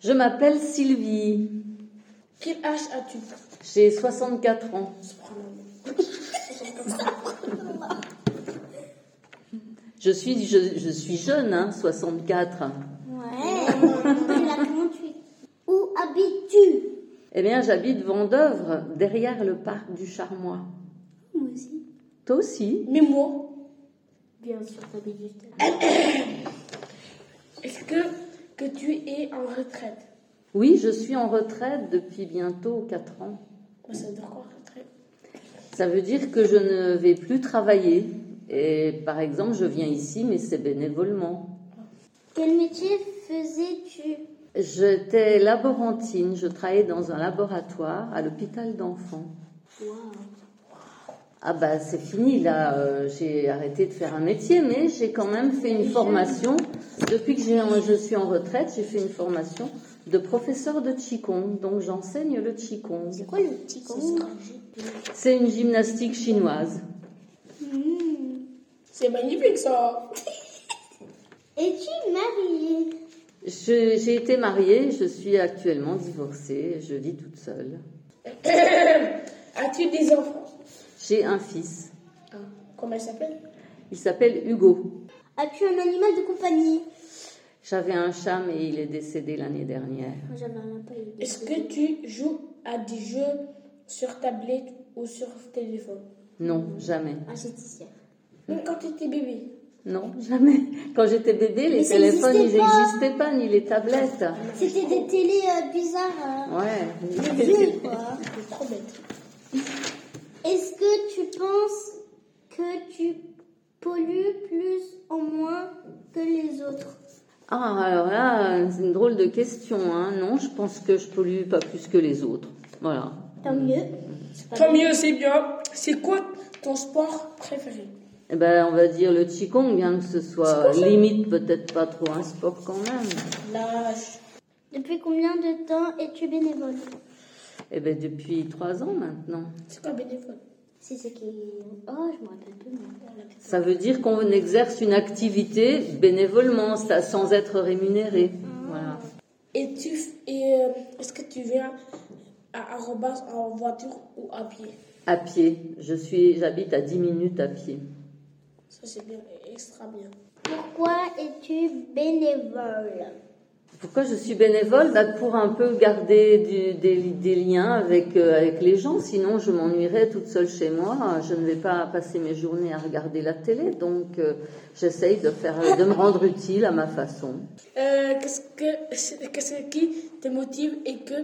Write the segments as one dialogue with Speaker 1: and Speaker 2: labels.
Speaker 1: Je m'appelle Sylvie.
Speaker 2: Quel âge as-tu
Speaker 1: J'ai 64 ans. Je suis, je, je suis jeune, hein, 64.
Speaker 3: Ouais. Tu l'as comment tu es Où habites-tu
Speaker 1: Eh bien, j'habite Vendœuvre, derrière le parc du Charmois.
Speaker 3: Moi aussi.
Speaker 1: Toi aussi
Speaker 2: Mais moi,
Speaker 3: Bien sûr, t'habites juste
Speaker 2: est-ce que, que tu es en retraite
Speaker 1: Oui, je suis en retraite depuis bientôt 4 ans.
Speaker 2: Moi, ça veut dire quoi, retraite
Speaker 1: Ça veut dire que je ne vais plus travailler. Et par exemple, je viens ici, mais c'est bénévolement.
Speaker 3: Quel métier faisais-tu
Speaker 1: J'étais laborantine, je travaillais dans un laboratoire à l'hôpital d'enfants. Ah bah c'est fini là, euh, j'ai arrêté de faire un métier, mais j'ai quand même fait une formation. Depuis que j'ai- je suis en retraite, j'ai fait une formation de professeur de Qigong, donc j'enseigne le Qigong.
Speaker 3: C'est quoi le petit con
Speaker 1: C'est une gymnastique chinoise.
Speaker 2: C'est magnifique, ça
Speaker 3: Es-tu mariée
Speaker 1: Je- J'ai été mariée, je suis actuellement divorcée, je vis toute seule.
Speaker 2: As-tu des enfants
Speaker 1: J'ai un fils,
Speaker 3: Ah.
Speaker 2: Comment elle s'appelle
Speaker 1: il s'appelle Hugo.
Speaker 3: As-tu un animal de compagnie
Speaker 1: J'avais un chat mais il est décédé l'année dernière.
Speaker 3: Moi j'avais un lapin.
Speaker 2: Est-ce que tu joues à des jeux sur tablette ou sur téléphone
Speaker 1: Non, jamais.
Speaker 3: Ah, j'étais ici.
Speaker 2: Même quand tu étais bébé
Speaker 1: Non, jamais. Quand j'étais bébé, les
Speaker 3: Mais ça
Speaker 1: téléphones, ils
Speaker 3: n'existait pas.
Speaker 1: n'existaient pas, ni les tablettes.
Speaker 3: C'était des télés euh, bizarres. euh,
Speaker 1: Ouais.
Speaker 3: vieux, quoi.
Speaker 2: C'est trop bête.
Speaker 3: Est-ce que tu penses que tu pollues plus ou moins que les autres
Speaker 1: Ah, alors là, c'est une drôle de question. Hein. Non, je pense que je pollue pas plus que les autres. Voilà.
Speaker 3: Tant mieux. C'est pas
Speaker 2: Tant mieux, c'est bien. C'est quoi ton sport préféré
Speaker 1: Eh ben, on va dire le Qigong, bien que ce soit limite peut-être pas trop un sport quand même.
Speaker 2: L'âge.
Speaker 3: Depuis combien de temps es-tu bénévole
Speaker 1: Eh ben, depuis trois ans maintenant.
Speaker 2: C'est quoi bénévole
Speaker 3: C'est ce qui. Oh, je me rappelle plus. moi.
Speaker 1: Ça veut dire qu'on exerce une activité bénévolement, ça, sans être rémunéré. Voilà.
Speaker 2: Et tu f- et, euh, est-ce que tu viens à Arrobas en voiture ou à pied
Speaker 1: À pied. Je suis, j'habite à 10 minutes à pied.
Speaker 2: Ça c'est bien, extra bien.
Speaker 3: Pourquoi es-tu bénévole
Speaker 1: Pourquoi je suis bénévole Bah, Pour un peu garder du- des, des liens avec, euh, avec les gens, sinon je m'ennuierais toute seule chez moi. Je ne vais pas passer mes journées à regarder la télé, donc euh, j'essaye de, faire, de me rendre utile à ma façon.
Speaker 2: Euh, qu'est-ce que c'est- qu'est-ce que- qui te motive et que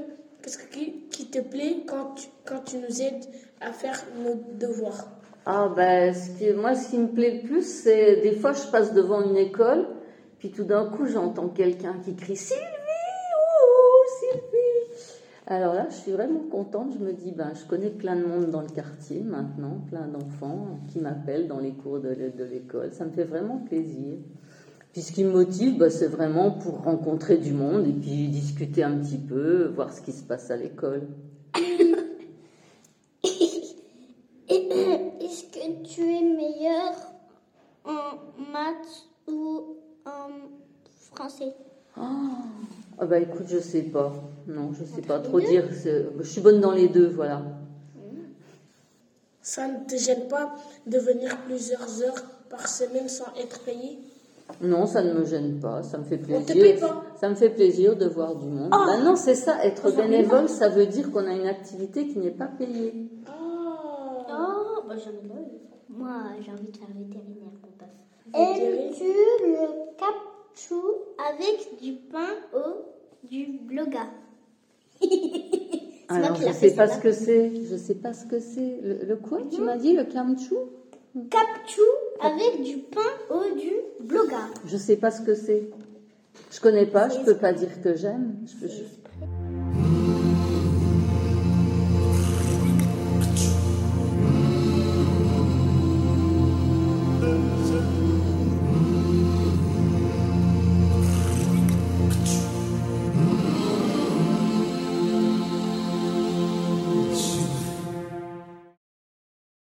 Speaker 2: qu'est-ce que- qui, qui te plaît quand tu, quand tu nous aides à faire nos devoirs
Speaker 1: Ah ben, ce qui, moi, ce qui me plaît le plus, c'est des fois je passe devant une école, puis tout d'un coup j'entends quelqu'un qui crie Sylvie, oh Sylvie. Alors là, je suis vraiment contente. Je me dis, ben, je connais plein de monde dans le quartier maintenant, plein d'enfants qui m'appellent dans les cours de, l'é- de l'école. Ça me fait vraiment plaisir. Puis ce qui me motive, ben, c'est vraiment pour rencontrer du monde et puis discuter un petit peu, voir ce qui se passe à l'école.
Speaker 3: Est-ce que tu es meilleur en maths ou en français
Speaker 1: Ah bah écoute, je sais pas. Non, je sais pas
Speaker 3: les
Speaker 1: trop
Speaker 3: deux
Speaker 1: dire. c'est- Je suis bonne dans les deux, voilà.
Speaker 2: Ça ne te gêne pas de venir plusieurs heures par semaine sans être payé
Speaker 1: Non, ça ne me gêne pas, ça me fait
Speaker 2: On te paye
Speaker 1: plaisir.
Speaker 2: pas.
Speaker 1: Ça me fait plaisir de voir du monde.
Speaker 3: Ah.
Speaker 1: Bah non, c'est ça, être bénévole, ça veut dire qu'on a une activité qui n'est pas payée.
Speaker 2: Ah
Speaker 3: Oh, bah j'en ai pas eu. Moi, j'ai envie de faire vétérinaire, mon paf.
Speaker 2: Vétérinaire.
Speaker 3: Aimes-tu le capchou avec du pain au du bloga C'est moi
Speaker 1: Alors,
Speaker 3: qui
Speaker 1: je
Speaker 3: l'ai fait,
Speaker 1: sais
Speaker 3: celle-là.
Speaker 1: pas ce que c'est. Je sais pas ce que c'est. Le, le quoi Tu m'as dit le kamchu
Speaker 3: Hmm. Capchou avec du pain au du bloga.
Speaker 1: Je sais pas ce que c'est. Je connais pas, je peux pas dire que j'aime. Je- je-